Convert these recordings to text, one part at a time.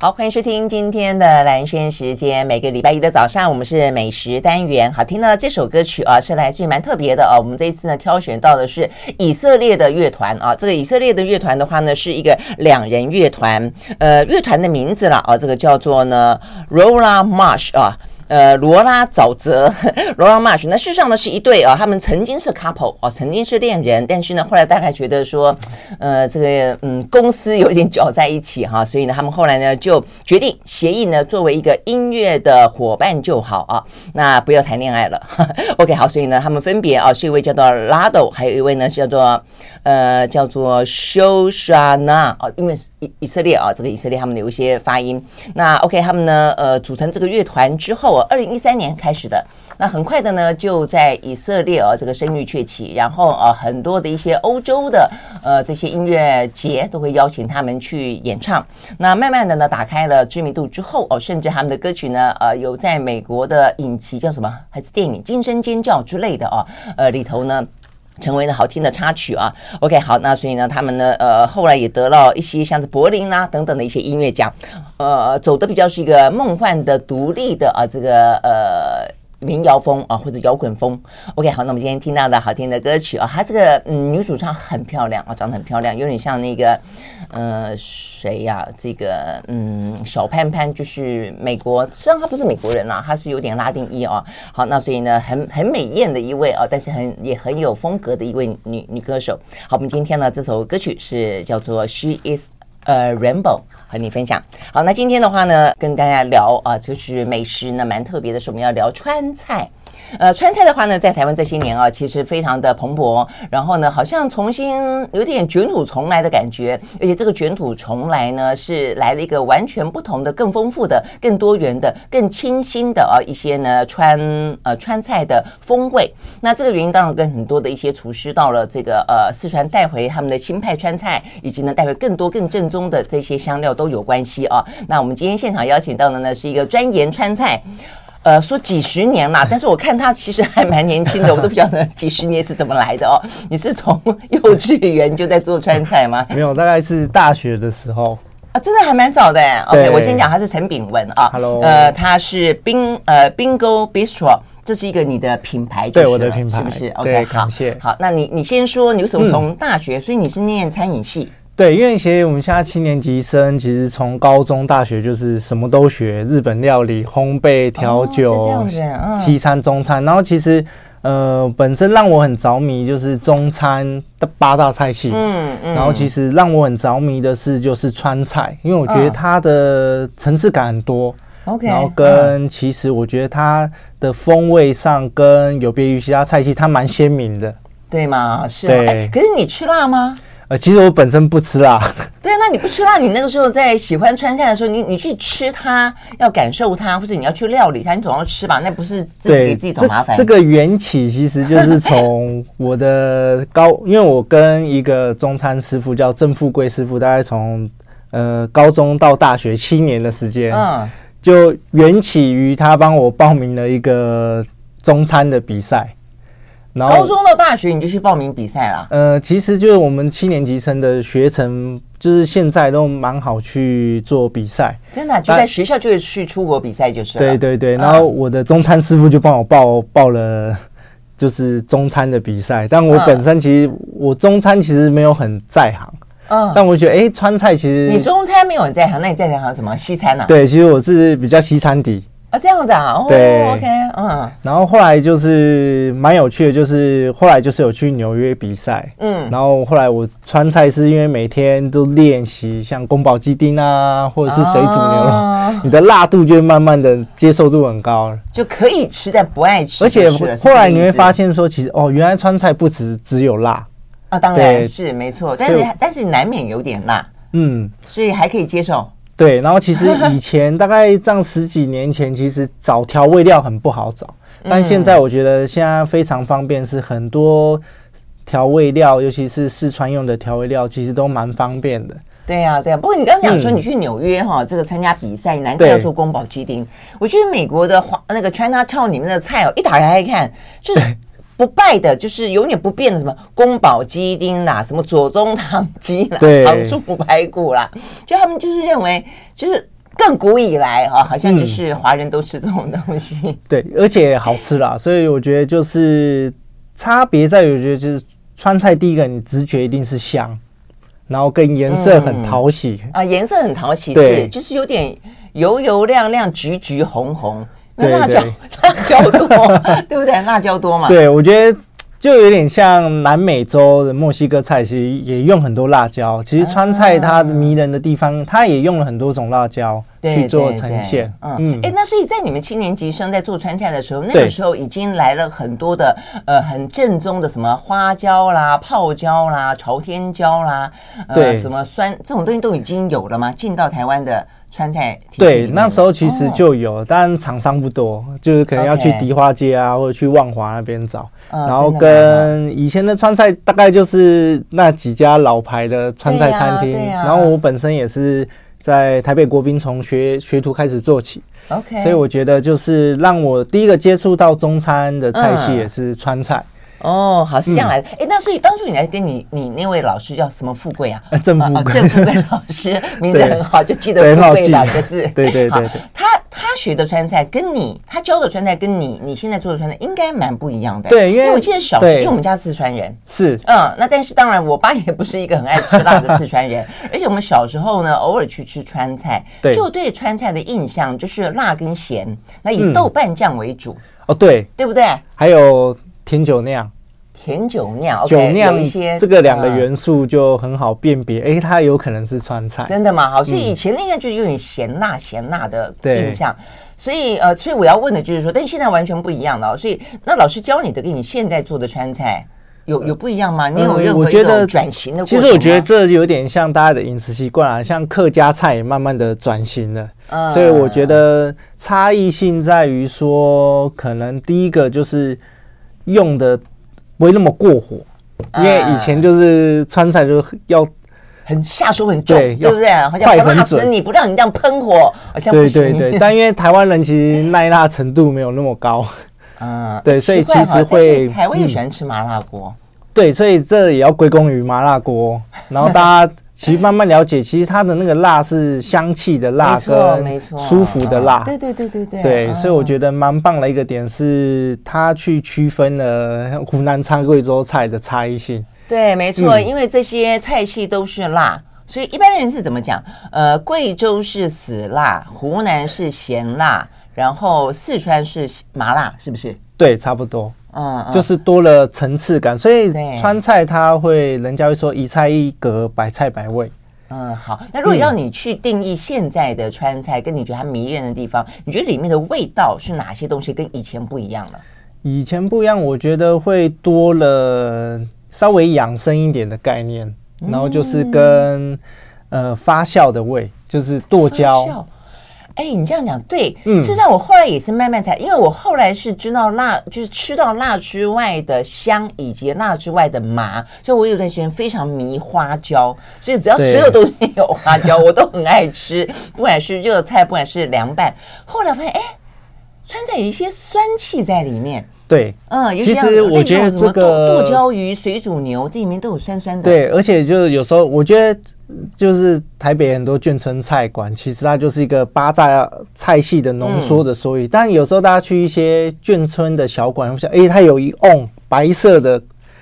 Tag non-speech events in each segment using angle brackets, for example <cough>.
好，欢迎收听今天的蓝轩时间。每个礼拜一的早上，我们是美食单元。好听呢，这首歌曲啊，是来自于蛮特别的啊。我们这一次呢，挑选到的是以色列的乐团啊。这个以色列的乐团的话呢，是一个两人乐团。呃，乐团的名字啦啊，这个叫做呢 Rolla Marsh 啊。呃，罗拉沼泽， <laughs> 罗拉 Marsh，那事实上呢是一对啊，他们曾经是 couple 啊，曾经是恋人，但是呢后来大概觉得说，呃，这个嗯公司有点搅在一起哈、所以呢他们后来呢就决定协议呢作为一个音乐的伙伴就好啊，那不要谈恋爱了。OK，好， <laughs> 所以呢他们分别啊是一位叫做 Lado，还有一位呢是叫做呃叫做 Shoshana 啊，因为是以以色列啊这个以色列他们有一些发音。那 OK，他们呢呃组成这个乐团之后。哦二零一三年开始的。那很快的呢，就在以色列呃这个声誉鹊起，然后呃很多的一些欧洲的呃这些音乐节都会邀请他们去演唱。那慢慢的呢，打开了知名度之后哦、甚至他们的歌曲呢，呃有在美国的影集叫什么还是电影《惊声尖叫》之类的哦，呃里头呢。成为了好听的插曲啊。OK，好，那所以呢，他们呢，呃，后来也得了一些像是柏林啦、等等的一些音乐奖，呃，走的比较是一个梦幻的、独立的啊，这个呃。民谣风啊，或者摇滚风。OK，好，那我们今天听到的好听的歌曲啊，她这个嗯女主唱很漂亮啊，长得很漂亮，有点像那个呃谁呀、这个嗯小潘潘，就是美国，实际上她不是美国人啦、她是有点拉丁裔啊。好，那所以呢，很很美艳的一位啊，但是很也很有风格的一位女女歌手。好，我们今天呢这首歌曲是叫做《She Is》。呃，Rainbow 和你分享。好，那今天的话呢，跟大家聊啊、就是美食呢，蛮特别的是我们要聊川菜。呃，川菜的话呢，在台湾这些年啊，其实非常的蓬勃，然后呢，好像重新有点卷土重来的感觉，而且这个卷土重来呢，是来了一个完全不同的、更丰富的、更多元的、更清新的啊一些呢川呃川菜的风味。那这个原因当然跟很多的一些厨师到了这个呃四川带回他们的新派川菜，以及呢带回更多更正宗的这些香料都有关系啊。那我们今天现场邀请到的呢是一个专研川菜。呃，说几十年啦，但是我看他其实还蛮年轻的，我都不晓得几十年是怎么来 <laughs> 的哦。你是从幼稚园就在做川菜 <laughs> <laughs> 吗？没有，大概是大学的时候，啊，真的还蛮早的哎。OK，对我先讲，他是陈炳文啊。 Hello 呃，他是冰呃 Bingo Bistro，这是一个你的品牌就是对了，我的品牌是不是对？OK，好，感谢好，那你你先说，你为什么从大学？所以你是念餐饮系对，因为其实我们现在七年级生，其实从高中、大学就是什么都学，日本料理、烘焙、调酒、是这样子嗯西餐、中餐，然后其实呃，本身让我很着迷就是中餐的八大菜系，嗯嗯然后其实让我很着迷的是就是川菜，因为我觉得嗯它的层次感很多。 ？OK，然后嗯跟其实我觉得它的风味上跟有别于其他菜系，它蛮鲜明的。对嘛是哦。对哎可是你吃辣吗？呃，其实我本身不吃辣，对，啊那你不吃辣，你那个时候在喜欢川菜的时候，你你去吃它，要感受它，或者你要去料理它，你总要吃吧？那不是自己对，给自己找麻烦？这这个缘起其实就 <laughs> 是从我的高，因为我跟一个中餐师傅叫郑富贵师傅，大概从呃高中到大学七年的时间，嗯，就缘起于他帮我报名了一个中餐的比赛，然高后中到大学你就去报名比赛啦。呃，其实就是我们七年级生的学程，就是现在都蛮好去做比赛。真的啊、就但在学校就会去出国比赛就是了。对对对，嗯然后我的中餐师傅就帮我报报了，就是中餐的比赛。但我嗯本身其实我中餐其实没有很在行，嗯，但我觉得哎，川菜其你实中餐没有人在行，那你在行什么西餐呐、啊？对，其实我是比较西餐底。啊，这样子啊，哦对，OK，嗯然后后来就是蛮有趣的，就是后来就是有去纽约比赛。嗯，然后后来我川菜是因为每天都练习，像宫保鸡丁啊，或者是水煮牛肉，哦你的辣度就会慢慢的接受度很高了。就可以吃，但不爱吃而就是且了。后来你会发现现说，其实哦，原来川菜不只只有辣，啊，当然对是没错，但所以是但是难免有点辣，嗯，所以还可以接受。对。然后其实以前大概这样十几年前，其实找调味料很不好找，嗯但现在我觉得现在非常方便，是很多调味料，尤其是四川用的调味料，其实都蛮方便的。对呀、对呀、不过你刚刚讲说嗯你去纽约哈、这个参加比赛，难怪要对做宫保鸡丁。我觉得美国的华那个 China Town 里面的菜哦，一打开来看就是。不败的，就是永远不变的，什么宫保鸡丁啦，什么左宗棠鸡啦，对糖醋排骨啦，就他们就是认为，就是更古以来啊，好像就是华人都吃这种东 <laughs> 西。对，而且好吃啦，所以我觉得就是差别在于，我觉得就是川菜第一个，你直觉一定是香，然后跟颜色很讨喜，啊，颜色很讨喜，对是就是有点油油亮亮、橘橘红红。那对辣椒辣椒多， <laughs> 对不对？辣椒多嘛。对我觉得。就有点像南美洲的墨西哥菜，其实也用很多辣椒。其实川菜它迷人的地方，它也用了很多种辣椒嗯对去做对呈对现。嗯，哎，那所以在你们七年级生在做川菜的时候，那个对时候已经来了很多的呃很正宗的什么花椒啦、泡椒啦、朝天椒啦，呃，对什么酸这种东西都已经有了吗？进到台湾的川菜体系里对，面那时候其实哦就有，但厂商不多，就是可能要去 OK 迪化街啊，或者去万华那边找。嗯然后真的吗跟以前的川菜大概就是那几家老牌的川菜餐厅。对呀对呀然后我本身也是在台北国宾从学学徒开始做起， OK，所以我觉得就是让我第一个接触到中餐的菜系也是川菜，哦，好是这嗯样来的。哎、那所以当初你来跟你你那位老师叫什么富贵 <laughs> 啊？呃郑富啊啊贵郑富贵老师名字对很好，就记得对富很好贵记两个 <laughs> 字。对对对好对他他学的川菜跟你他教的川菜跟你你现在做的川菜应该蛮不一样的。对因为我记得小时对因为我们家四川人，是嗯，那但是当然，我爸也不是一个很爱吃辣的四川人，而且我们小时候呢，偶尔去吃川菜，对就对川菜的印象就是辣跟咸，那嗯以豆瓣酱为主，哦对，对不对？还有甜酒酿。甜酒酿，OK，酒有酿一些这个两个嗯元素就很好辨别，诶，它有可能是川菜。真的吗？好，所以以前那个就是有点咸辣咸辣的对印象，所以呃，所以我要问的就是说，但现在完全不一样了哦。所以那老师教你的跟你现在做的川菜有有不一样吗？你有嗯任我何觉一得种转型的过其程实我觉得吗这有点像大家的饮食习惯啊，像客家菜也慢慢的转型了，嗯所以我觉得差异性在于说，可能第一个就是用的不会那么过火，啊因为以前就是川菜就是要很下手很重，对对不对？要好像快不辣很死准你，不让你这样喷火，好像不对对行。对，但因为台湾人其实耐辣程度没有那么高，嗯，对所以奇怪其哈实但是会台湾也嗯喜欢吃麻辣锅，对，所以这也要归功于麻辣锅，然后大家其实慢慢了解，其实它的那个辣是香气的辣没错跟没错，舒服的嗯辣，对对对对对对，嗯所以我觉得蛮棒的一个点是，它去区分了湖南菜、贵州菜的差异性。对，没错，嗯因为这些菜系都是辣，所以一般人是怎么讲？呃，贵州是死辣，湖南是咸辣，然后四川是麻辣，是不是？对，差不多，嗯，嗯就是多了层次感。所以对川菜它会，人家会说一菜一格，百菜百味。嗯，好。那如果要你去定义现在的川菜，跟你觉得它迷人的地方，你觉得里面的味道是哪些东西跟以前不一样了？以前不一样，我觉得会多了稍微养生一点的概念，嗯然后就是跟、呃发酵的味，就是剁发椒。酵。哎，你这样讲对，嗯事实上我后来也是慢慢才，因为我后来是知道辣，就是吃到辣之外的香以及辣之外的麻，所以我有段时间非常迷花椒，所以只要所对有东西有花椒，我都很爱吃， <laughs> 不管是热菜，不管是凉拌。后来发现，哎，川菜有一些酸气在里面，对，嗯，尤其其实像那我觉得种什么这个剁剁椒鱼、水煮牛，这里面都有酸酸的。对，而且就是有时候我觉得，就是台北很多眷村菜馆，其实它就是一个八大菜系的浓缩的缩影。但有时候大家去一些眷村的小馆，我想，哎、它有一瓮白色的，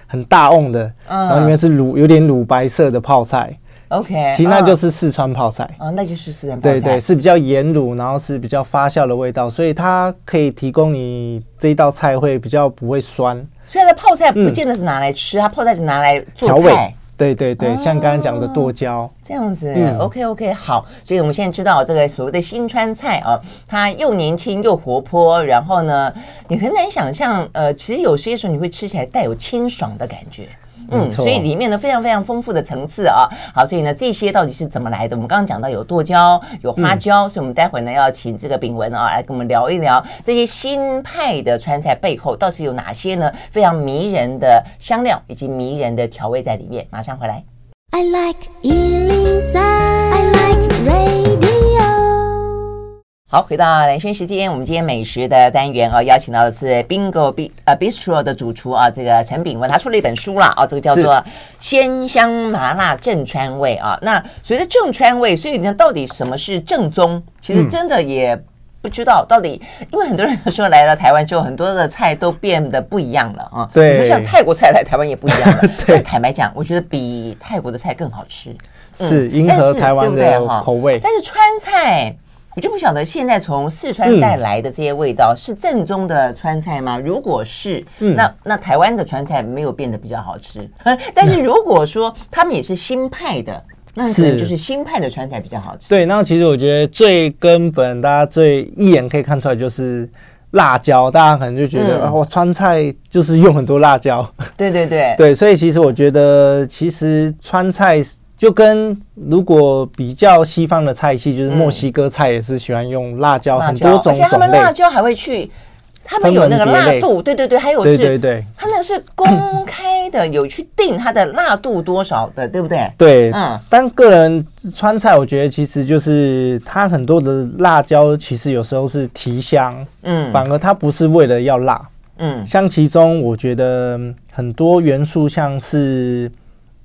很大瓮的，嗯然后里面是乳有点乳白色的泡菜， ，OK，其实那就是是四川泡菜。啊，那就是四哎川泡对菜对，是比较盐卤，然后是比较发酵的味道，所以它可以提供你这一道菜会比较不会酸所以它的泡菜不见得是拿来吃，它泡菜是拿来做嗯调味菜。。哦对对对，像刚刚讲的剁椒，这样子、嗯 o k OK，好，所以我们现在知道这个所谓的新川菜啊，它又年轻又活泼，然后呢，你很难想象，呃，其实有些时候你会吃起来带有清爽的感觉。嗯没错所以里面呢非常非常丰富的层次啊。好，所以呢这些到底是怎么来的？我们刚刚讲到有剁椒，有花嗯椒，所以我们待会呢要请这个炳文啊来跟我们聊一聊这些新派的川菜背后到底有哪些呢非常迷人的香料以及迷人的调味在里面。马上回来。 I like Ealing Sound. I like radio. 好，回到蓝轩时间，我们今天美食的单元哦，邀请到的是 Bingo B 呃 Bistro 的主厨啊，这个陈炳文，他出了一本书啦，哦，这个叫做《鲜香麻辣正川味》啊。那随着正川味，所以呢，到底什么是正宗？其嗯实真的也不知道到底，因为很多人都说来了台湾之后，很多的菜都变得不一样了啊。对。你说像泰国菜来台湾也不一样了 <laughs> 对但坦白讲，我觉得比泰国的菜更好吃。是嗯迎但合是台对湾不的对哈口味。但是川菜，我就不晓得现在从四川带来的这些味道是正宗的川菜嗯吗？如果是，那那台湾的川菜没有变得比较好吃。嗯但是如果说他们也是新派的，嗯那可能是就是新派的川菜比较好吃。对，那其实我觉得最根本，大家最一眼可以看出来就是辣椒，大家可能就觉得、嗯啊，我川菜就是用很多辣 <laughs> 椒。对对对，对，所以其实我觉得，其实川菜就跟如果比较西方的菜系，就是墨西哥菜也是喜欢用辣椒，辣很椒多，而种且他种们类。辣椒还会去。他们有那个分门辣别类度，对对对，还有对对是，对他那个是公开 <coughs> 的，有去定它的辣度多少的，对不对？对，嗯但个人川菜，我觉得其实就是它很多的辣椒，其实有时候是提香，嗯反而它不是为了要辣。嗯像其中我觉得嗯很多元素，像是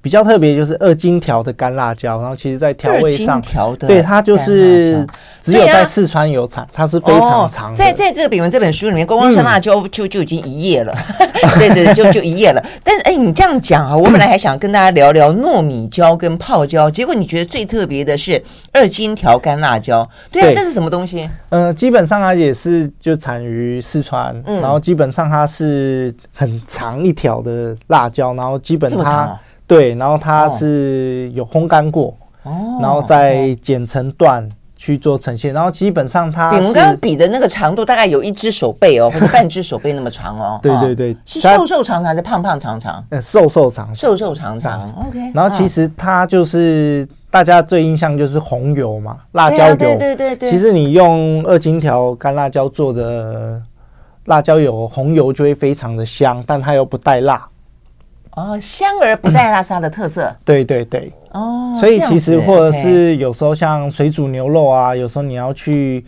比较特别，就是二荆条的干辣椒，然后其实在调二味荆上，条的对它就干辣椒是只有对啊在四川有产，它是非常长哦、的。嗯在在这个炳文这本书里面，光光生辣椒就就已经一页了， <laughs> 对对，对就就一页了。但是哎，你这样讲啊，我本来还想跟大家聊聊糯米椒跟泡椒，结果你觉得最特别的是二荆条干辣椒，对啊，对这是什么东西？呃，基本上它也是就产于四川，嗯然后基本上它是很长一条的辣椒，然后基本这么长它啊对，然后它哦是有烘干过，哦然后再剪成段去做呈现，然后基本上它炳文刚刚是。比的那个长度大概有一只手背哦，或 <laughs>。者半只手背那么长哦对啊对对是它瘦嗯瘦长长还是胖胖长长？呃，瘦瘦长，瘦瘦长这长哦样子，OK。然后其实它就是大家最印象就是红油嘛，辣椒油。对啊对对对其实你用二荆条干辣椒做的辣椒油，红油就会非常的香，但它又不带辣。哦，香而不带辣是它的特色对对对，哦。所以这样其实子或者 OK 是有时候像水煮牛肉啊，有时候你要去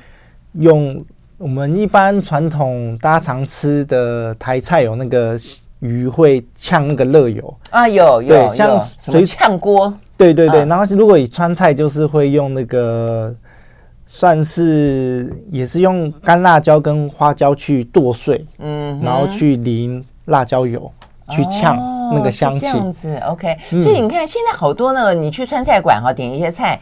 用我们一般传统大家常吃的台菜有那个鱼会呛那个热油。啊，有有对有，像什么水炝锅，对对对，嗯然后如果以川菜就是会用那个，算是也是用干辣椒跟花椒去剁碎，嗯哼，然后去淋辣椒油去呛哦那个香是气嗯这。样子，OK。所以你看，现在好多那个你去川菜馆哈，点一些菜。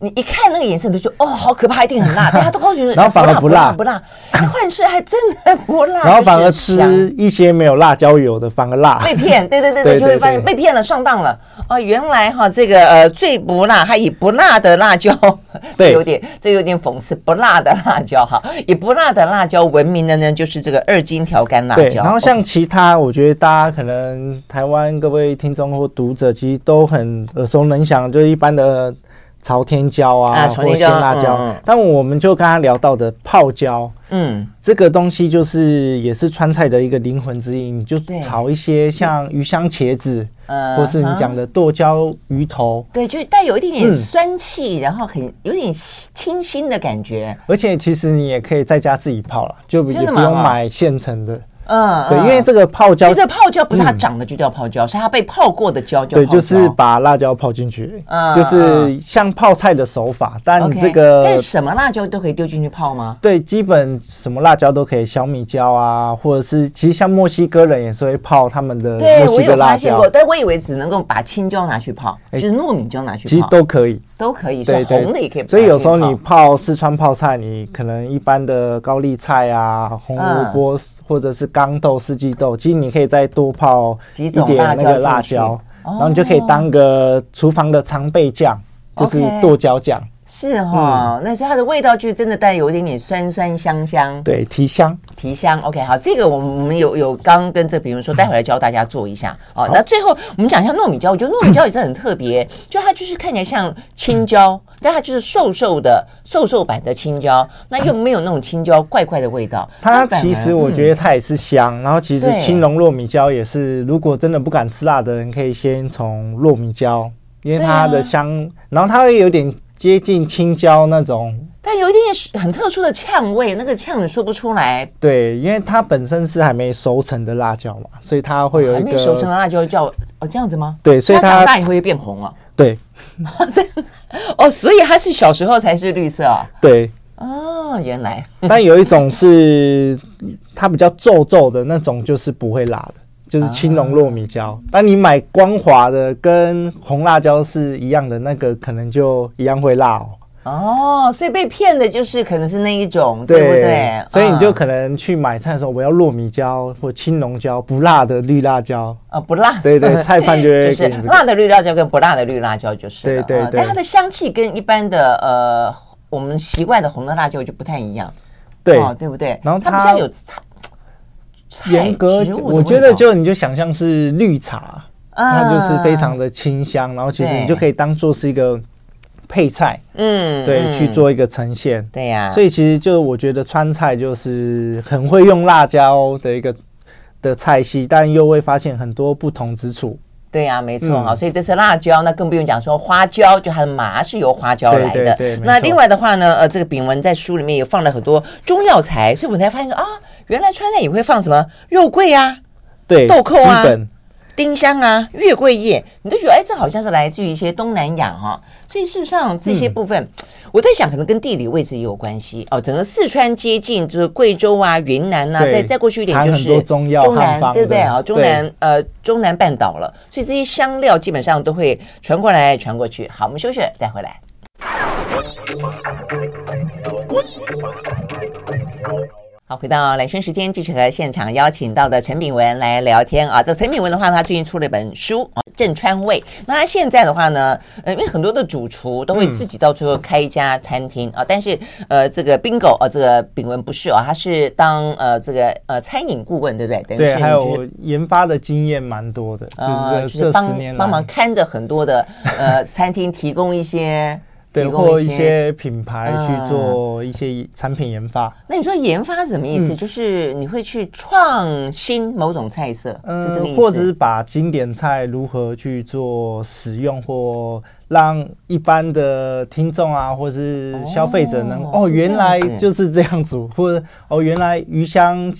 你一看那个颜色，你就觉得哦，好可怕，一定很辣。大家都告诉你， <laughs> 然后反而不不辣不辣。那后来吃还真的不辣，然后反而就是香吃一些没有辣椒油的反而辣。 <laughs> 被骗，对对对对，对对就会发现对被骗了，上当了。哦，原来哈这个呃最不辣，它以不辣的辣椒， <laughs> 对这有点这有点讽刺，不辣的辣椒哈，以不辣的辣椒闻名的呢，就是这个二荆条干辣对，椒。然后像其他，我觉得大家可能台湾各位听众或读者其实都很耳熟能详，就是一般的朝天椒啊，啊朝或天鲜椒辣椒。嗯嗯但我们就刚刚聊到的泡椒，嗯，这个东西就是也是川菜的一个灵魂之一，你就对炒一些像鱼香茄子，呃或是你讲的剁椒鱼头，对，就带有一点点嗯酸气，然后很有点清新的感觉。而且其实你也可以在家自己泡了，就真也的不吗用买现成的。嗯，对，嗯因为这个泡所椒以，这个泡椒不是它长的就叫泡椒，是它被泡过的椒叫对，泡椒。就是把辣椒泡进去嗯，就是像泡菜的手法。但 OK，这个但是什么辣椒都可以丢进去泡吗？对，基本什么辣椒都可以，小米椒啊，或者是其实像墨西哥人也是会泡他们的对，墨我西哥有发辣现椒哎过，，但我以为只能够把青椒拿去泡，就是糯米椒拿去泡，其实都可以。都可以，所以对对，红的也可以拿去泡。所以有时候你泡四川泡菜，你可能一般的高丽菜啊、红嗯萝卜、或者是刚豆、四季豆，其实你可以再多泡几一种点那个辣椒进辣去哦椒，然后你就可以当个厨房的常备酱，就是 OK 剁椒酱，是嗯哈，那所以它的味道就真的带有一点点酸酸香香。对，提香。提香，OK，好，这个我们我们有有刚刚跟这个比如说，待会儿来教大家做一下哦。那最后我们讲一下糯米椒，我觉得糯米椒也是很特别，就它就是看起来像青椒，但它就是瘦瘦的瘦瘦版的青椒，那又没有那种青椒怪怪的味道。它反而其实我嗯觉得它也是香，然后其实对青龙糯米椒也是，如果真的不敢吃辣的人，可以先从糯米椒，因为它对啊的香，然后它会有点接近青椒那种。但有一点点很特殊的呛味，那个呛你说不出来。对，因为它本身是还没熟成的辣椒嘛，所以它会有一个哦还没熟成的辣椒叫哦这样子吗？对所以它它长大以后会变红哦。对真的哦，所以它是小时候才是绿色啊、对，哦。原来但有一种是它比较皱皱的那种，就是不会辣的，啊就是青龙糯米椒。但你买光滑的跟红辣椒是一样的，那个可能就一样会辣哦。哦，所以被骗的就是可能是那一种，对不对？所以你就嗯可能去买菜的时候，我要糯米椒或青龙椒，不辣的绿辣椒。啊不辣，<laughs> 对对，菜贩就就会是给你这个。辣的绿辣椒跟不辣的绿辣椒就是了对对啊对但它的香气跟一般的呃我们习惯的红的辣椒就不太一样，对，哦、对不对？然后它它比较有菜菜严格植物的我觉味得道就你就想象是绿茶，它就是非常的清香，然后其实啊对你就可以当做是一个配菜，嗯对，嗯去做一个呈现。对呀、所以其实就我觉得川菜就是很会用辣椒的一个的菜系，但又会发现很多不同之处。对呀、没错哈、嗯所以这是辣椒，那更不用讲说花椒，就它的麻是由花椒来的。对对对没那错另外的话呢，呃，这个炳文在书里面也放了很多中药材，所以我们才发现说啊，原来川菜也会放什么肉桂啊、对，豆蔻啊基本丁香啊、月桂叶，你都觉得哎，这好像是来自于一些东南亚哈、所以事实上这些部分，我在想可能跟地理位置也有关系哦。整个四川接近就是贵州啊、云南呐、对再再过去一点产就很是多中药中汉南，方对不对的啊？中南呃中南半岛了，所以这些香料基本上都会传过来传过去。好，我们休息了再回来。好，回到蓝轩时间，继续和现场邀请到的陈炳文来聊天啊。这陈炳文的话，他最近出了一本书啊，《正川味》。那他现在的话呢，呃，因为很多的主厨都会自己到最后开一家餐厅啊，但是呃，这个 Bingo 啊，这个炳文不是啊，他是当呃这个呃餐饮顾问，对不对？等于对，是还你就是有研发的经验蛮多的，呃，就就是是这这十帮年来帮忙看着很多的 <laughs> 呃餐厅提供一些提对，或供一些品牌嗯去做一些产品研发，那你说研发是什么意嗯思？就是你会去创新某种菜色，是这个意思？呃或者是把经典菜如何去做使用，或让一般的听众啊，或是消费者能哦哦是这样原来子就是这样煮，或者哦，原来鱼香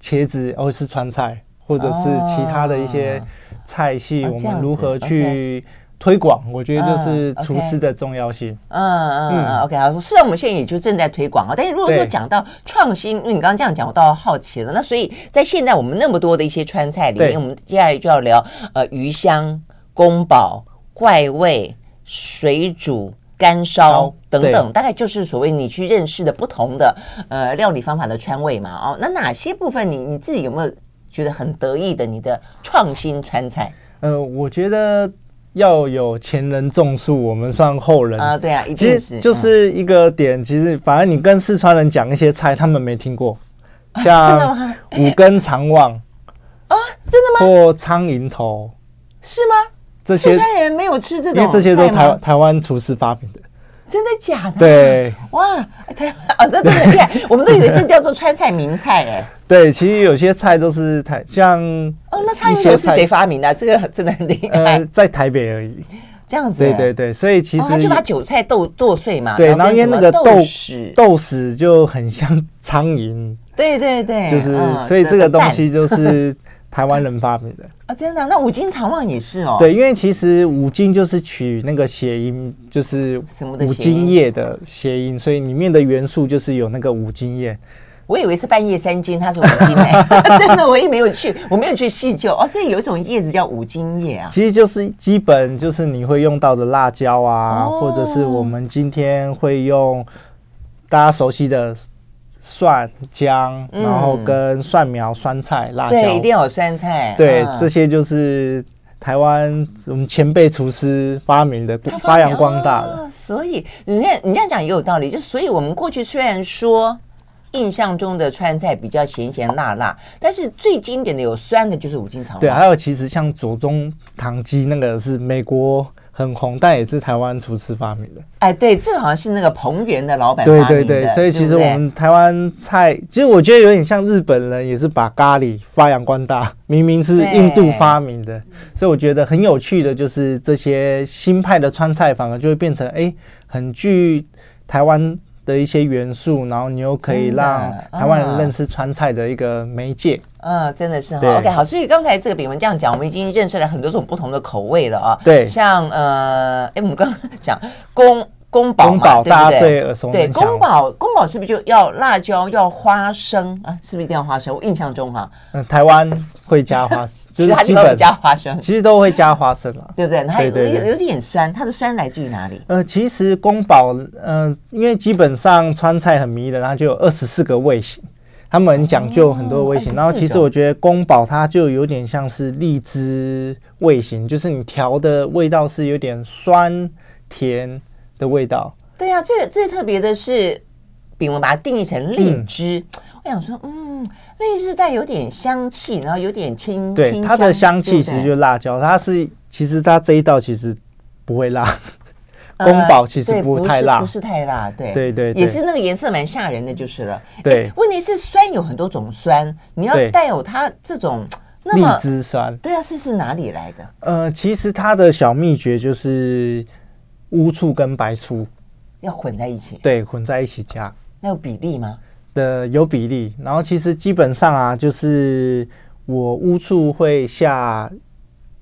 茄子哦是川菜，或者是其他的一些哦菜系，哦我这样们如子何，OK 去推广？我觉得就是嗯，OK 厨师的重要性。嗯嗯嗯嗯，OK，好。虽然我们现在也就正在推广啊，但是如果说对讲到创新，因为你刚刚这样讲，我倒好奇了。那所以在现在我们那么多的一些川菜里面，对我们接下来就要聊呃鱼香、宫保、怪味、水煮。干烧烧等对等，大概就是所谓你去认识的不同的呃料理方法的川味嘛。哦，那哪些部分你你自己有没有觉得很得意的你的创新川菜呃，我觉得要有前人种树，我们算后人啊、对啊，一嗯其定是实就嗯是一个点，其实反正你跟四川人讲一些菜，他们没 <laughs> 听过，真的像吗五根肠 <laughs> 旺嗯啊真的吗？或苍蝇头是吗？这些四，川人没有吃这种因为这些都菜吗台台湾厨师发明的。真的假的？，对哇，台湾哦，这真的很厉害，我们都以为这叫做川菜名菜哎。对，其实有些菜都是台像哦，那苍一蝇些头是菜谁发明的啊？这个真的很厉害呃，，在台北而已。这样子。对对。对，所以其哦，他实就把韭菜剁剁碎嘛，对，然后跟因为什么那个豆豉，豆豉就很像苍蝇，对对对，就是嗯所以这个东蛋西就是台湾人发明的。啊，真的啊，那五金长旺也是哦，，对，因为其实五金就是取那个谐音，就是什么的五谐音金叶的谐音，所以里面的元素就是有那个五金叶。我以为是半夜三更，它是五金 <laughs> 哎，真的，我也没有去，我没有去细究哦，所以有一种叶子叫五金叶啊，其实就是基本就是你会用到的辣椒啊，哦或者是我们今天会用大家熟悉的蒜姜，嗯然后跟蒜苗、酸菜、辣椒，对，一定要有酸菜，对嗯这些就是台湾我们前辈厨师发明的、它发扬光大的。哦所以你看，你这样讲也有道理。就所以我们过去虽然说印象中的川菜比较咸咸辣辣，但是最经哦典的有酸的，就是五金肠对，啊旺。还有其实像左宗棠鸡那个是美国很红，但也是台湾厨师发明的。哎，对，这个好像是那个彭源的老板对发对明对，的所以其实对不我对们台湾菜，其实我觉得有点像日本人，也是把咖喱发扬光大， <laughs> 明明是对印度发明的，所以我觉得很有趣的就是这些新派的川菜，反而就会变成哎、很具台湾的一些元素，然后你又可以真的让台湾人啊认识川菜的一个媒介。嗯，真的是哈。对 OK，好，所以刚才这个炳文这样讲，我们已经认识了很多种不同的口味了啊。对像呃，哎，我们刚刚讲宫宫保嘛，宫保对不大家对最耳熟对，能详宫保宫保是不是就要辣椒，要花生啊？是不是一定要花生？我印象中哈，嗯，台湾会加 <laughs> 花，其就是他地基方有本加花生， <laughs> 其实都会加花生了。对不对？它有对对有对有点酸，它的酸来自于哪里？呃，其实宫保，呃，因为基本上川菜很迷人，它就有二十四个味型，他们很讲究很多味型。 24然后其实种我觉得宫保它就有点像是荔枝味型，就是你调的味道是有点酸甜的味道。对呀、最最特别的是，炳文把它定义成嗯荔枝。我想说，嗯，荔枝带有点香气，然后有点清，对，清它的香对气不其实对就是辣椒，它是其实它这一道其实不会辣，宫保其实呃对不是太辣不是太辣，对对对对也是那个颜色蛮吓人的，就是了。对诶问题是酸有很多种酸，你要对带有它这种那荔么枝酸。对啊，是是哪里来的？呃，其实它的小秘诀就是乌醋跟白醋要混在一起，对混在一起加那有比例吗？的有比例，然后其实基本上啊，就是我乌醋会下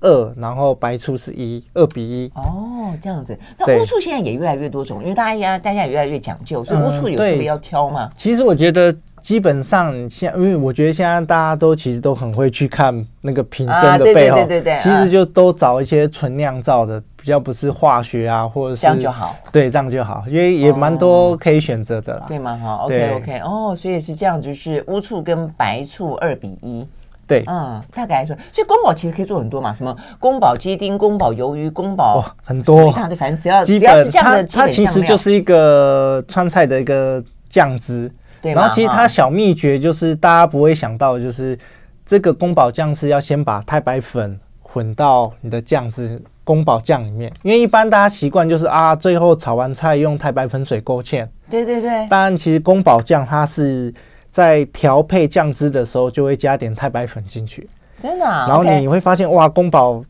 二，然后白醋是一，二比一。哦，这样子。那对乌醋现在也越来越多种，因为大家大家也越来越讲究，所以乌嗯醋有特对别要挑嘛。其实我觉得基本上你现在，因为我觉得现在大家都其实都很会去看那个瓶啊身的对对背后，对对对其啊实就都找一些纯酿造的，比较不是化学啊，或者是这样就好，对，这样就好，因为也蛮多可以选择的啦。对吗？哈，OK 啊对 OK，哦，所以是这样，就是乌醋跟白醋二比一，对，嗯，大概来说，所以宫保其实可以做很多嘛，什么宫保鸡丁、宫保鱿鱼、宫保哦，很多一大堆，反正只要只基要本是这样的它基本它其实酱料就是一个川菜的一个酱汁，对嘛然后其实它哈小秘诀就是大家不会想到，的就是这个宫保酱是要先把太白粉混到你的酱汁宫保酱里面，因为一般大家习惯就是啊，最后炒完菜用太白粉水勾芡，对对对，当然其实宫保酱它是在调配酱汁的时候就会加点太白粉进去。真的、啊。然后 OK 你会发现，哇，宫保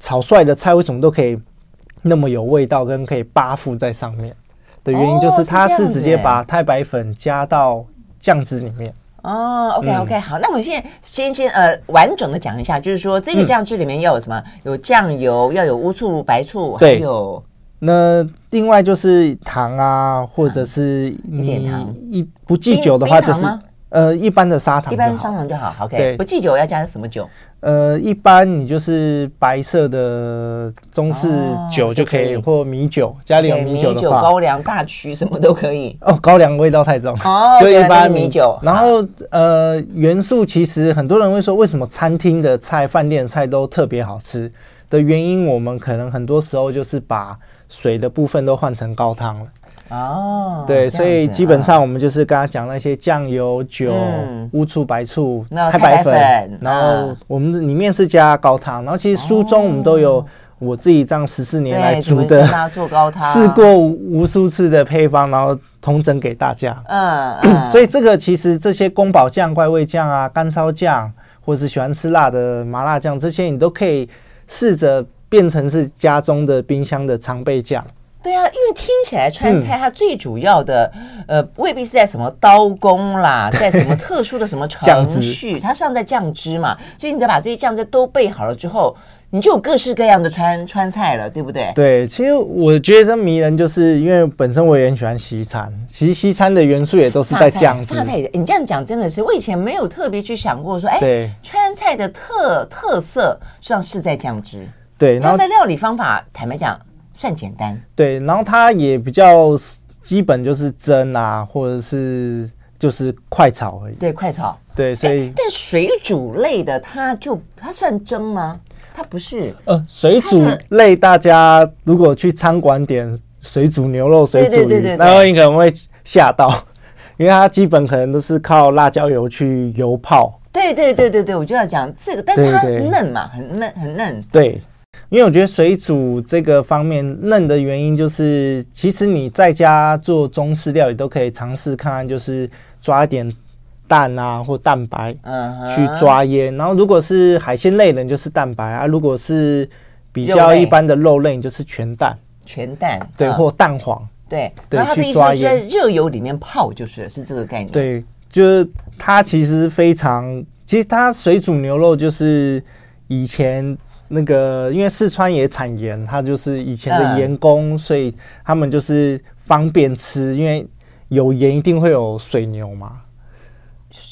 炒出来的菜为什么都可以那么有味道，跟可以扒附在上面的原因，哦就是是它这样是子直接欸把太白粉加到酱汁里面。哦，OK 嗯 OK，、好，那我们现在先先呃完整的讲一下，就是说这嗯个酱汁里面要有什么？有酱油，要有乌醋、白醋，还对有那另外就是糖啊，或者是一点你糖一不忌冰酒的冰话，就糖是吗呃一般的砂糖一就般好。砂糖就好。OK，对不忌酒要加什么酒？呃，一般你就是白色的中式哦酒就就可可以以，或米酒，家里有对米酒的话，高粱、大曲什么都可以。哦，高粱味道太重哦 <laughs> 就对一啊那般是米酒然后呃，元素其实很多人会说，为什么餐厅的菜、饭店的菜都特别好吃的原因，我们可能很多时候就是把水的部分都换成高汤了。哦，对，这所以样子基本啊上我们就是刚刚讲那些酱油、酒、嗯乌醋、白醋、那太太白白粉粉，然后啊我们里面是加高汤，然后其实书中我们都有我自己这样十四年来哦对怎么煮跟的大。家做高汤， <laughs> 试过无数次的配方，然后同整给大家。嗯，嗯所以这个其实这些宫保酱、怪味酱啊、干烧酱，或是喜欢吃辣的麻辣酱，这些你都可以试着变成是家中的冰箱的常备酱。对啊，因为听起来川嗯菜它最主要的，呃，未必是在什么刀工 <laughs> 啦，在什么特殊的什么程酱汁序，它上在酱汁嘛，所以你只要把这些酱汁都备好了之后，你就有各式各样的川川菜了，对不对？对，其实我觉得这迷人，就是因为本身我也很喜欢西餐，其实西餐的元素也都是榨在菜酱汁榨。菜也，你这样讲真的是，我以前没有特别去想过说，哎，对川菜的特特色实际上是在酱汁，对，然然后后在料理方法，坦白讲算简单，对，然后它也比较基本就是蒸啊，或者是就是快炒而已。对，快炒。对，所以哎但水煮类的，它就它算蒸吗？它不是，呃，水煮类大家如果去餐馆点水煮牛肉、水煮对对对对对鱼，然后你可能会吓到， <laughs> 因为它基本可能都是靠辣椒油去油泡。对对对对对，我就要讲这个，但是对它对嫩嘛，很嫩很嫩，对，因因为我觉得水煮这个方面嫩的原因，就是其实你在家做中式料理都可以尝试看看，就是抓一点蛋啊或蛋白嗯哼，去抓腌。然后如果是海鲜类的，你就是蛋白啊；如果是比肉较类一般的肉类，你就是全蛋，全蛋，对，嗯或蛋黄，对。对然后他的去意思就抓是腌在热油里面泡，就是是这个概念。，对，就是它其实非常，其实它水煮牛肉就是以前那个，因为四川也产盐，它就是以前嗯的盐工，所以他们就是方便吃，因为有盐一定会有水牛嘛，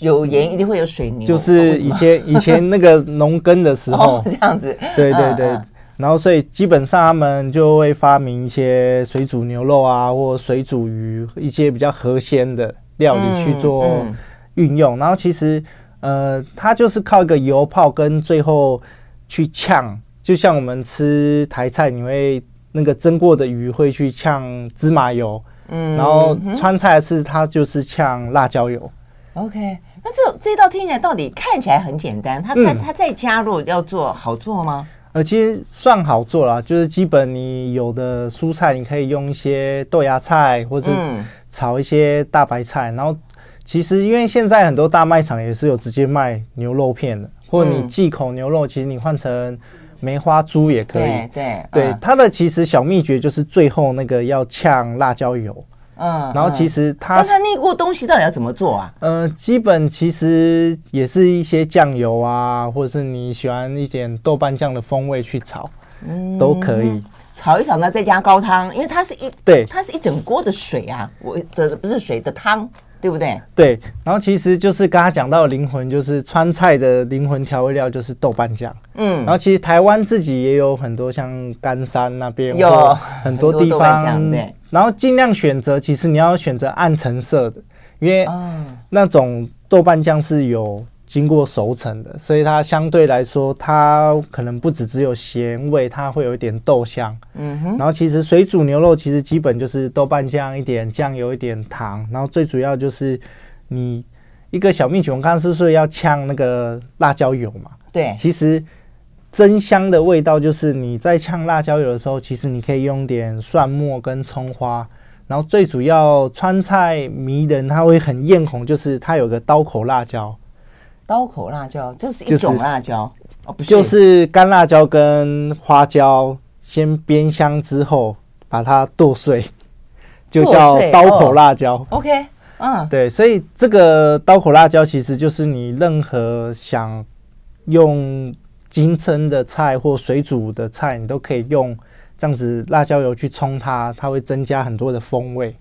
有盐一定会有水泥，哦就为是什以么前以前那个农耕的时 <laughs> 哦候，这样子，对对嗯对嗯。然后，所以基本上他们就会发明一些水煮牛肉啊，或水煮鱼，一些比较和鲜的料理去嗯做嗯运用。然后其实呃，它就是靠一个油泡跟最后去呛，就像我们吃台菜，你会那个蒸过的鱼会去呛芝麻油，嗯然后川菜是它就是呛辣椒油。 OK，那这这道听起来到底看起来很简单，它它嗯它再加入要做好做吗？呃，其实算好做啦，就是基本你有的蔬菜，你可以用一些豆芽菜或者嗯炒一些大白菜，然后其实因为现在很多大卖场也是有直接卖牛肉片的，或者你嗯忌口牛肉，其实你换成梅花猪也可以。对嗯对对，它的其实小秘诀就是最后那个要呛辣椒油，嗯然后其实实它但，它那锅东西到底要怎么做啊？呃，基本其实也是一些酱油啊，或者是你喜欢一点豆瓣酱的风味去炒，嗯都可以。炒一炒呢，再加高汤，因为它是一对它是一整锅的水啊，我的不是水的汤，对不对？对，然后其实就是刚刚讲到的灵魂，就是川菜的灵魂调味料就是豆瓣酱。嗯然，后其实台湾自己也有很多像冈山那边有或很多很多地豆瓣酱方对，然后尽量选择，其实你要选择暗橙色的，因为哦那种豆瓣酱是有经过熟成的，所以它相对来说它可能不只只有咸味，它会有一点豆香。嗯哼，然后其实水煮牛肉其实基本就是豆瓣酱一点酱油一点糖，然后最主要就是你一个小秘诀，我刚刚是说要呛那个辣椒油嘛，对，其实真香的味道就是你在呛辣椒油的时候，其实你可以用点蒜末跟葱花。然后最主要川菜迷人，它会很艳红，就是它有个刀口辣椒，刀口辣椒，这是一就是种辣椒哦，不是，就是干辣椒跟花椒先煸香之后，把它剁碎，就剁叫碎哦刀口辣椒。 OK，嗯，对，所以这个刀口辣椒其实就是你任何想用金蒸的菜或水煮的菜，你都可以用这样子辣椒油去冲它，它会增加很多的风味。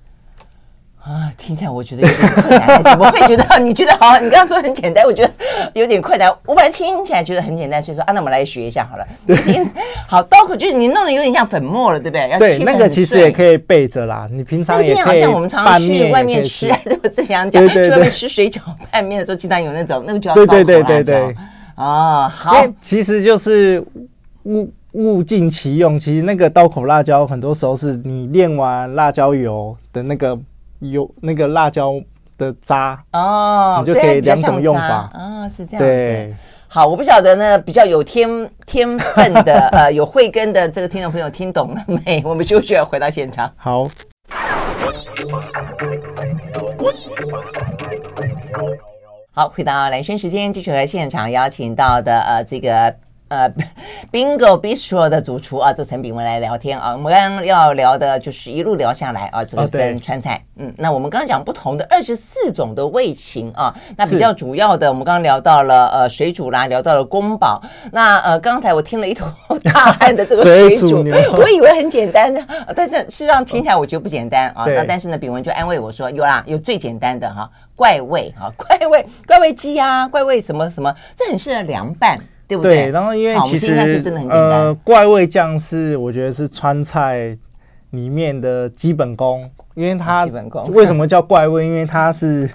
啊，听起来我觉得有点困难， <laughs> 怎么会觉得？啊你觉得好？你刚刚说很简单，我觉得有点困难。我本来听起来觉得很简单，所以说啊，那我们来学一下 <laughs> 好了。听好，刀口就是你弄得有点像粉末了，对不对？要对，呃切那成个很其实碎也可以备着啦，你平那常个听也起来好可以像我们常常拌去面外也可面以吃，对我自己想讲，对去对外面对吃水饺拌面的时候，经常有那种，那个就 <laughs> 要对刀口对对辣椒对对。啊，<laughs> 因好为，其实就是物物尽其用。其实那个刀口辣椒很多时候是你炼完辣椒油的那个油那个辣椒的渣，哦，你就对可以比较两种像用渣法啊，是这样子对。。好，我不晓得呢，比较有天天分的 <laughs> 呃有慧根的这个听众朋友听懂了没？我们休息了，回到现场。好，好，回到蓝轩时间，继续和现场邀请到的呃这个。呃 <laughs> ，Bingo Bistro 的主厨啊，这陈炳文来聊天啊。我们刚刚要聊的就是一路聊下来啊，这个哦对跟川菜，嗯，那我们刚刚讲不同的二十四种的味情啊，那比是较主要的，我们刚刚聊到了呃水煮啦，聊到了宫保。那呃，刚才我听了一头大汗的这个水煮，水煮牛我 <laughs> 以为很简单的，但是事实上听起来我觉得不简单啊。对那但是呢，炳文就安慰我说，有啦，有最简单的哈、怪味哈、 <laughs> 怪味怪味鸡啊，怪味什么什么，这很适合凉拌，对不对？对，然后因为好我们其听一下是不是实真的很简单呃，怪味酱是我觉得是川菜里面的基本功，因为它哦基本功为什么叫怪味？因为它是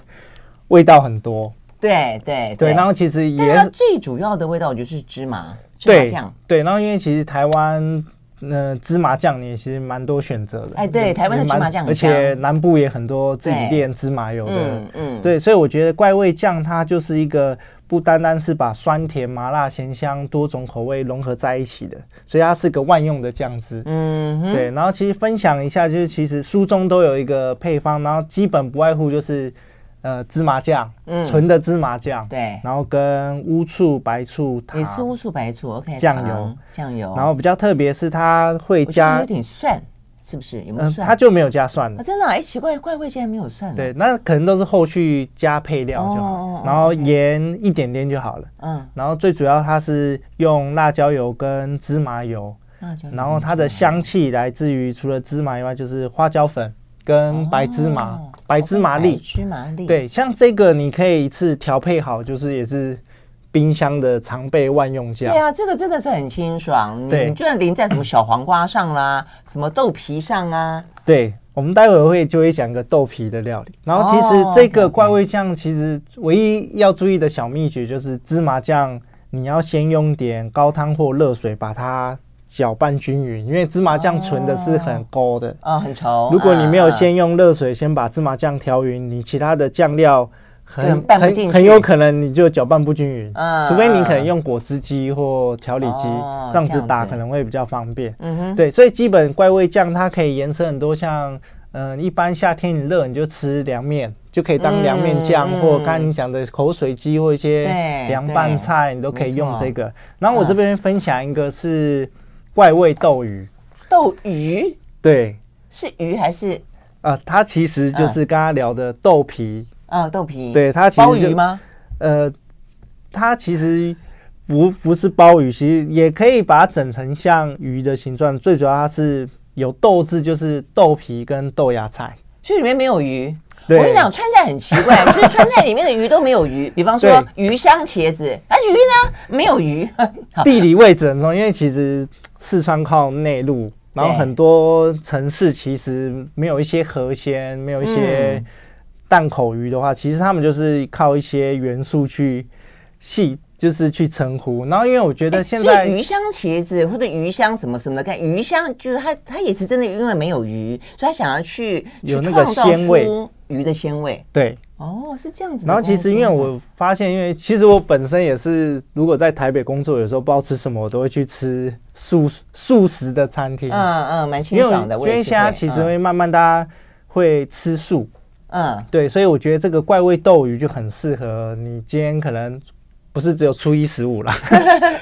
味道很多，对对对，然后后其实但它也最主要的味道，我觉得是芝麻芝麻对酱，对，然后因为其实台湾那芝麻酱也其实蛮多选择的。哎对也台湾的也蛮芝麻酱很而且香南部也很多自己对炼芝麻油的嗯。嗯，对，所以我觉得怪味酱它就是一个不单单是把酸甜、麻辣、咸香多种口味融合在一起的，所以它是个万用的酱汁。嗯哼，对，然后其实分享一下，就是其实书中都有一个配方，然后基本不外乎就是呃芝麻酱，嗯纯的芝麻酱，对，然后跟乌醋、白醋、糖也，是乌醋白醋，OK，酱油糖酱油，然后比较特别是它会我觉得加有，点蒜，是不是？有没有嗯，蒜？它就没有加蒜啊，了。真的啊，哎，奇怪，怪味竟然没有蒜。，对，那可能都是后续加配料就哦哦好哦，然后盐一点点就好了。嗯，然后最主要它是用辣椒油跟芝麻油，那就然后它的香气来自于除了芝麻以外，就是花椒粉跟白芝麻、哦白芝麻白粒。芝麻粒，，对，像这个你可以一次调配好，就是也是冰箱的常备万用酱。对啊，这个真的是很清爽，你对你居然淋在什么小黄瓜上啦，什么豆皮上啊，对，我们待会儿会就会讲个豆皮的料理。然后其实哦这 OK，OK 个怪味酱，其实唯一要注意的小秘诀就是芝麻酱，你要先用点高汤或热水把它搅拌均匀，因为芝麻酱纯的是很勾的。啊，很稠。如果你没有嗯嗯先用热水先把芝麻酱调匀，你其他的酱料可能很拌不进很去很有可能你就搅拌不均匀嗯，除非你可能用果汁机或调理机哦这样这子样打子可能会比较方便。嗯哼，对，所以基本怪味酱它可以延伸很多像，嗯，一般夏天你热你就吃凉面，就可以当凉面酱，嗯或刚才你讲的口水鸡或一些对凉拌菜，你都可以用这个。然后我嗯这边分享一个是怪味豆鱼，豆鱼对，是鱼还是啊，它其实就是刚刚聊的豆皮，啊豆皮？对它其实鲍就鱼吗？呃，它其实不不是鲍鱼，其实也可以把它整成像鱼的形状，最主要它是。有豆字就是豆皮跟豆芽菜，所以里面没有鱼。我对跟你讲，川菜很奇怪， <laughs> 就是川菜里面的鱼都没有鱼，比方说鱼香茄子，啊鱼呢没有鱼。 <laughs> 好，地理位置很重要，因为其实四川靠内陆，然后对很多城市其实没有一些河鲜，没有一些嗯淡口鱼的话，其实他们就是靠一些元素去系，就是去称呼。然后因为我觉得现哎所在、以鱼香茄子或者鱼香什么什么的，看鱼香就是它，它也是真的，因为没有鱼，所以它想要去有去那个创造鲜味出鱼的鲜味。对，哦，是这样子的然后东西。其实因为我发现，因为其实我本身也是，如果在台北工作，有时候不知道吃什么，我都会去吃素素食的餐厅。嗯嗯蛮清因为爽的，因我也为是现在会其实嗯会慢慢大家会吃素，嗯对，所以我觉得这个怪味斗鱼就很适合你今天可能不是只有初一十 <laughs> 五啦，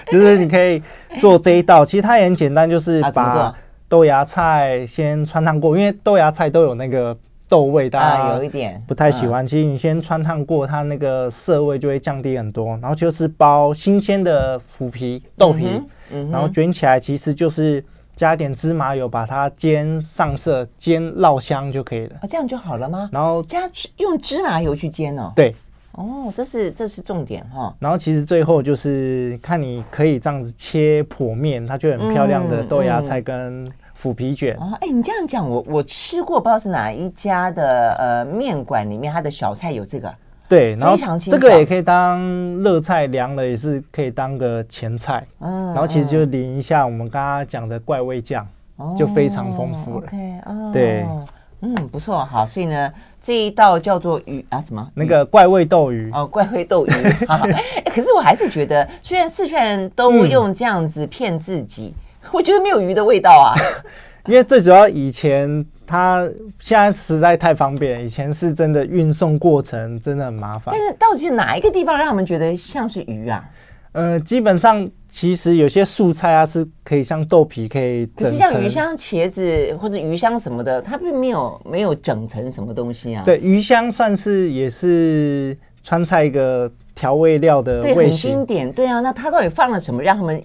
就是你可以做这一道，其实它也很简单，就是啊怎么做把豆芽菜先穿烫过，因为豆芽菜都有那个豆味，大啊有家一点不太喜欢。其实你先穿烫过，它那个涩味就会降低很多。然后就是包新鲜的腐皮豆皮，嗯然后卷起来，其实就是加一点芝麻油，把它煎上色，煎烙香就可以了。啊这样就好了吗？然后加芝用芝麻油去煎哦。对。哦，这是这是重点哈。然后其实最后就是看你可以这样子切剖面，它就很漂亮的嗯豆芽菜跟腐皮卷。哦，哎，你这样讲，我我吃过，不知道是哪一家的呃面馆里面，它的小菜有这个对，然后非常清这个爽也可以当热菜，凉了也是可以当个前菜。嗯然后其实就淋一下我们刚刚讲的怪味酱，就非常丰富了 OK 嗯哦，对，嗯，不错，好，所以呢，这一道叫做鱼啊什么那个怪味豆鱼。哦，怪灰 <laughs> 斗鱼。哈哈哎可是我还是觉得，虽然四川人都用这样子骗自 <laughs> 己，我觉得没有鱼的味道啊。因为最主要以前它现在实在太方便，以前是真的运送过程真的很麻烦但。是到底是哪一个地方让他们觉得像是鱼啊？呃，基本上其实有些素菜啊是可以像豆皮可以可 <laughs> 整是成。像鱼香茄子或者鱼香什么的，它并没有没有整成什么东西啊。对，鱼香算是也是川菜一个调味料的对，味很经型。典。对啊，那它到底放了什么让他们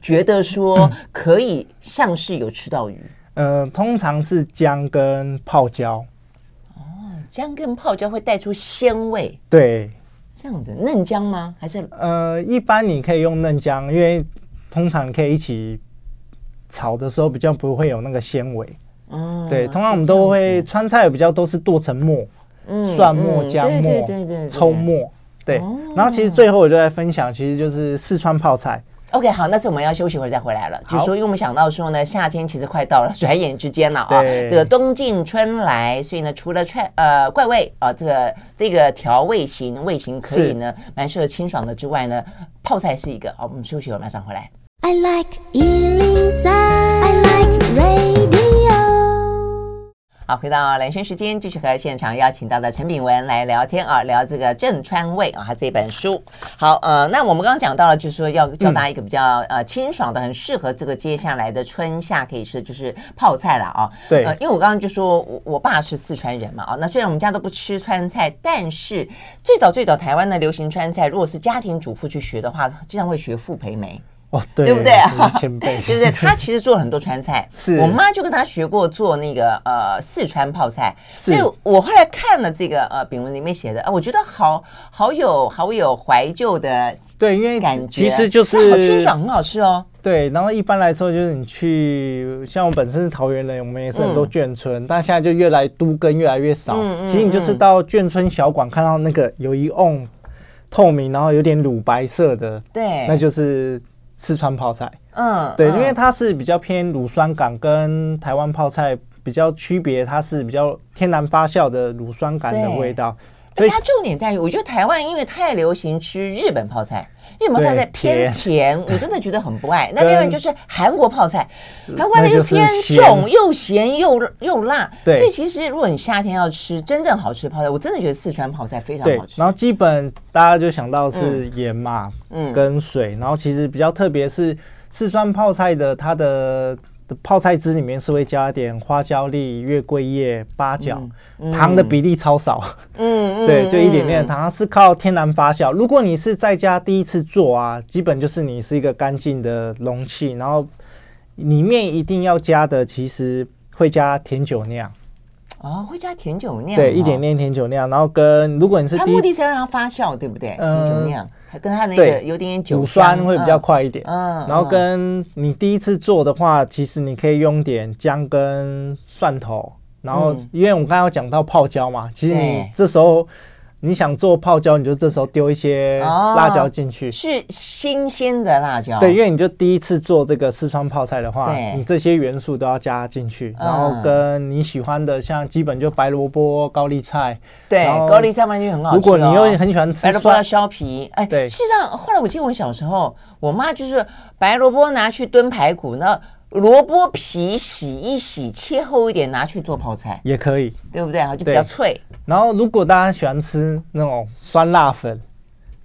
觉得 <laughs> 说可以像是有吃到鱼？呃，通常是姜跟泡椒。姜跟泡椒会带出鲜味，对，这样子嫩姜吗？还是呃，一般你可以用嫩姜，因为通常可以一起炒的时候比较不会有那个纤维。嗯，对，通常我们是这样都会子川菜比较都是剁成末，嗯蒜末、嗯姜末对对对对、对葱末。对哦，然后其实最后我就来分享，其实就是四川泡菜。 OK，好，那次我们要休息一会儿再回来了。就好说，因为我们想到说呢，夏天其实快到了， <laughs> 转眼之间了啊、对这个冬尽春来，所以呢，除了串呃怪味啊、这个这个调味型味型可以是呢，蛮适合清爽的之外呢，泡菜是一个。好，我们休息一会儿，马上回来。 I like Ealing Sound. I like radio. 好，回到蓝轩时间，继续和现场邀请到的陈炳文来聊天啊，聊这个《正川味》啊，他这本书。好，呃，那我们刚刚讲到了，就是说要教大家一个比较、呃清爽的，很适合这个接下来的春夏可以吃，就是泡菜了啊。对呃，因为我刚刚就说我我爸是四川人嘛啊，那虽然我们家都不吃川菜，但是最早最早台湾的流行川菜，如果是家庭主妇去学的话，经常会学傅培梅。哦，对，对不对你 <laughs> 是前辈，对不对？他其实做了很多川菜， <laughs> 是我妈就跟他学过做那个呃四川泡菜，所是以我后来看了这个呃炳文里面写的，啊，我觉得好好有好有怀旧的对，因为感觉，其实就是但好清爽，很好吃哦。对，然后一般来说就是你去，像我本身是桃园人，我们也是很多眷村，但现在就越来都跟越来越少。嗯嗯其实你就是到眷村小馆看到那个有一瓮透明，然后有点乳白色的，对，那就是四川泡菜。嗯，对，哎嗯因为它是比较偏乳酸感跟台湾泡菜比较区别，它是比较天然发酵的乳酸感的对味道。而且所以它重点在于，我觉得台湾因为太流行吃日本泡菜，日本泡菜对在偏甜甜，我真的觉得很不爱。那另外就是韩国泡菜，韩国泡菜嗯那又就是偏咸重又咸又又辣，对所以其实如果你夏天要吃真正好吃的泡菜，我真的觉得四川泡菜非常对好，吃然。后基本大家就想到是盐嘛，嗯跟水，然后其实比较特别是四川泡菜的它的。的泡菜汁里面是会加点花椒粒、月桂叶、八角，糖的比例超少，嗯 <laughs> 对，就一点点的糖，它是靠天然发酵。如果你是在家第一次做啊，基本就是你是一个干净的容器，然后里面一定要加的，其实会加甜酒酿，哦，会加甜酒酿，对，哦一点。点甜酒酿，然后跟如果你是它第一目的是要让它发酵，对不对？甜嗯酒酿，还跟它那个对有点点酒乳香酸会比较。快一点。嗯嗯然后跟你第一次做的话，其实你可以用点姜跟蒜头，然后嗯因为我们刚刚有讲到泡椒嘛，其实你对这时候你想做泡椒，你就这时候丢一些哦辣椒进去嗯。是新鲜的辣椒，对，因为你就第一次做这个四川泡菜的话对，你这些元素都要加进去，嗯然后跟你喜欢的，像基本就白萝卜、高丽菜。对然后高丽菜完全很好吃哦。如果你又很喜欢吃白萝卜要蒜，削皮，哎，对事实上，后来我记得我小时候，我妈就是白萝卜拿去炖排骨，那萝卜皮洗一洗，切厚一点拿去做泡菜，也可以。对不对？啊好，就比对较脆。然后如果大家喜欢吃那种酸辣粉，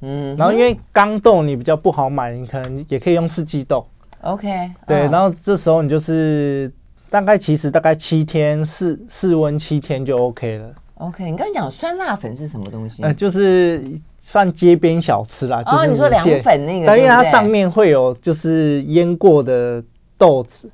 嗯然后因为缸豆你比较不好买，你可能也可以用四季豆。 ，OK，对，嗯然后这时候你就是大概其实大概七天室室温七天就 OK 了， OK，你刚才讲酸辣粉是什么东西？呃，就是算街边小吃啦。就嗯哦，是你说凉现粉那个，但因为对不它对上，面会有就是腌过的豆子，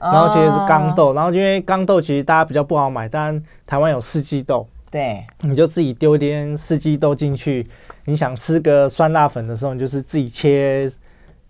然后其实是刚缸，豆，然后因为缸豆其实大家比较不好买，但台湾有四季豆，对，你就自己丢一点四季豆进去。你想吃个酸辣粉的时候，你就是自己切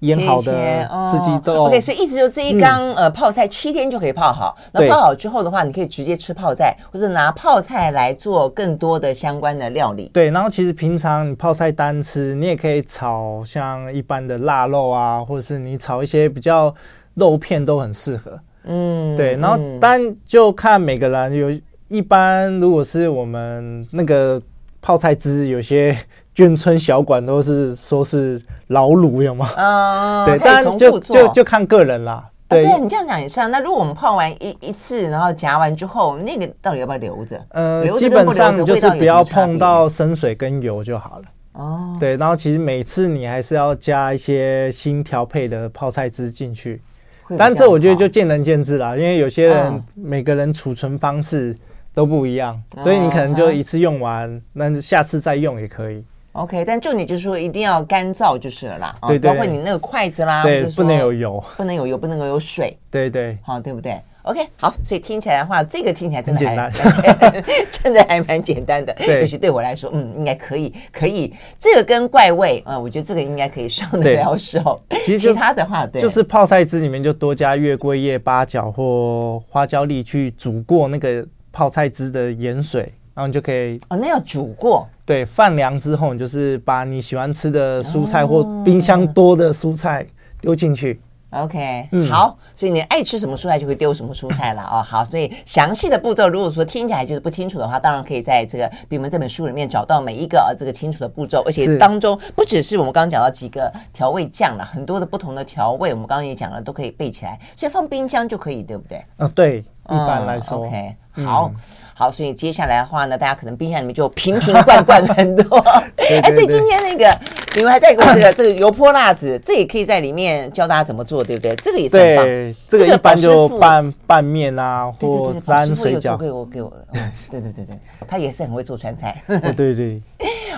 腌切一好些的哦四季豆。嗯 OK，所以意思就是这一缸呃泡菜七天就可以泡好，那对泡好之后的话，你可以直接吃泡菜，或者拿泡菜来做更多的相关的料理。对，然后其实平常你泡菜单吃，你也可以炒像一般的腊肉啊，或者是你炒一些比较肉片都很适合。嗯，对，然后嗯但就看每个人有一般，如果是我们那个泡菜汁，有些眷村小馆都是说是老卤，有吗？嗯，对，可以但重就复做就就看个人啦。啊对对，啊你这样讲也是啊。那如果我们泡完一一次，然后夹完之后，那个到底要不要留着？呃留，着基跟本不留着上就味道是有什不么要差碰别到生水跟油就好了。哦，对，然后其实每次你还是要加一些新调配的泡菜汁进去，会有但样这我觉得吗就见仁见智啦，因为有些人、嗯哦每个人储存方式都不一样，所以你可能啊就一次用完，那下次再用也可以。 OK。但重点就是说一定要干燥就是了啦，啊对对包括你那个筷子啦，或对者，说不能有油。不能有油，不能够有水，对对好，对不对？OK，好，所以听起来的话，这个听起来真的很还简蛮单简 <laughs> 真的还蛮简单的。对也许对我来说，嗯，应该可以，可以。这个跟怪味啊、呃我觉得这个应该可以上得对了手。其实其就他的话，对，就是泡菜汁里面就多加月桂叶、八角或花椒粒去煮过那个泡菜汁的盐水，然后你就可以哦，那要煮过，对，放凉之后，你就是把你喜欢吃的蔬菜或冰箱多的蔬菜丢进去。 OK，、好，所以你爱吃什么蔬菜就会丢什么蔬菜了哦。 <laughs> 好，所以详细的步骤，如果说听起来觉得不清楚的话，当然可以在这个《比门》这本书里面找到每一个、呃、这个清楚的步骤，而且是当中不只是我们刚刚讲到几个调味酱了，很多的不同的调味，我们刚刚也讲了，都可以备起来，所以放冰箱就可以，对不对？嗯、对，一哦般来说，嗯 o k 好、好，所以接下来的话呢，大家可能冰箱里面就瓶瓶罐罐很多。 <laughs> 对哎，对，对对今天那个你们还带给我这个这个油泼辣子，这也可以在里面教大家怎么做，对不对？这个也是很棒。对，这个这个一般保师就傅拌拌面啊，对对或对对，宝沾师傅水有做饺。给我给我，嗯对对对对，他也是很会做川菜。哦，对对，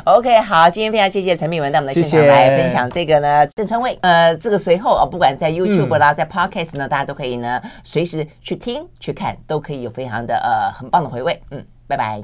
OK，好，今天非常谢谢陈炳文到我们的现谢场谢来分享这个呢正川味。呃，这个随后啊、呃不管嗯在 YouTube 啦，在 Podcast 呢，大家都可以呢随时去听去看，都可以有非常的呃很棒的回味。嗯，拜拜。